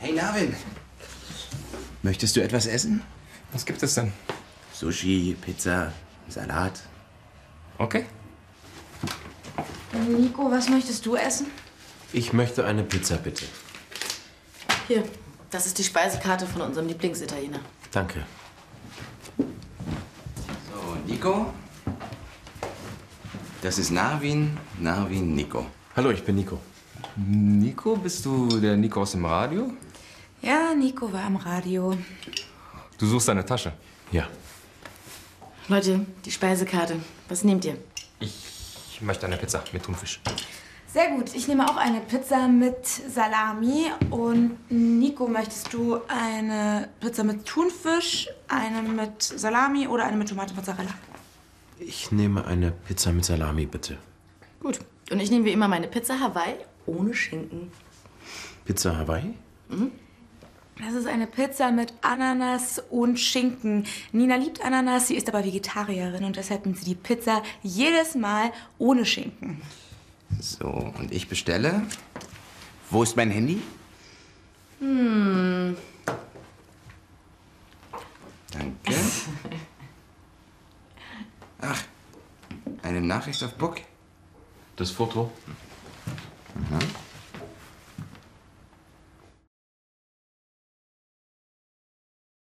Erwin. Möchtest du etwas essen? Was gibt es denn? Sushi, Pizza, Salat. Okay. Nico, was möchtest du essen? Ich möchte eine Pizza, bitte. Hier, das ist die Speisekarte von unserem Lieblingsitaliener. Danke. So, Nico. Das ist Narwin, Narwin Nico. Hallo, ich bin Nico. Nico, bist du der Nico aus dem Radio? Ja, Nico war am Radio. Du suchst deine Tasche. Ja. Leute, die Speisekarte. Was nehmt ihr? Ich möchte eine Pizza mit Thunfisch. Sehr gut, ich nehme auch eine Pizza mit Salami. Und Nico, möchtest du eine Pizza mit Thunfisch, eine mit Salami oder eine mit Tomate Mozzarella? Ich nehme eine Pizza mit Salami, bitte. Gut. Und ich nehme wie immer meine Pizza Hawaii ohne Schinken. Pizza Hawaii? Das ist eine Pizza mit Ananas und Schinken. Nina liebt Ananas, sie ist aber Vegetarierin und deshalb nimmt sie die Pizza jedes Mal ohne Schinken. So, und ich bestelle. Wo ist mein Handy? Hm. Danke. Ach, eine Nachricht auf Book. Das Foto?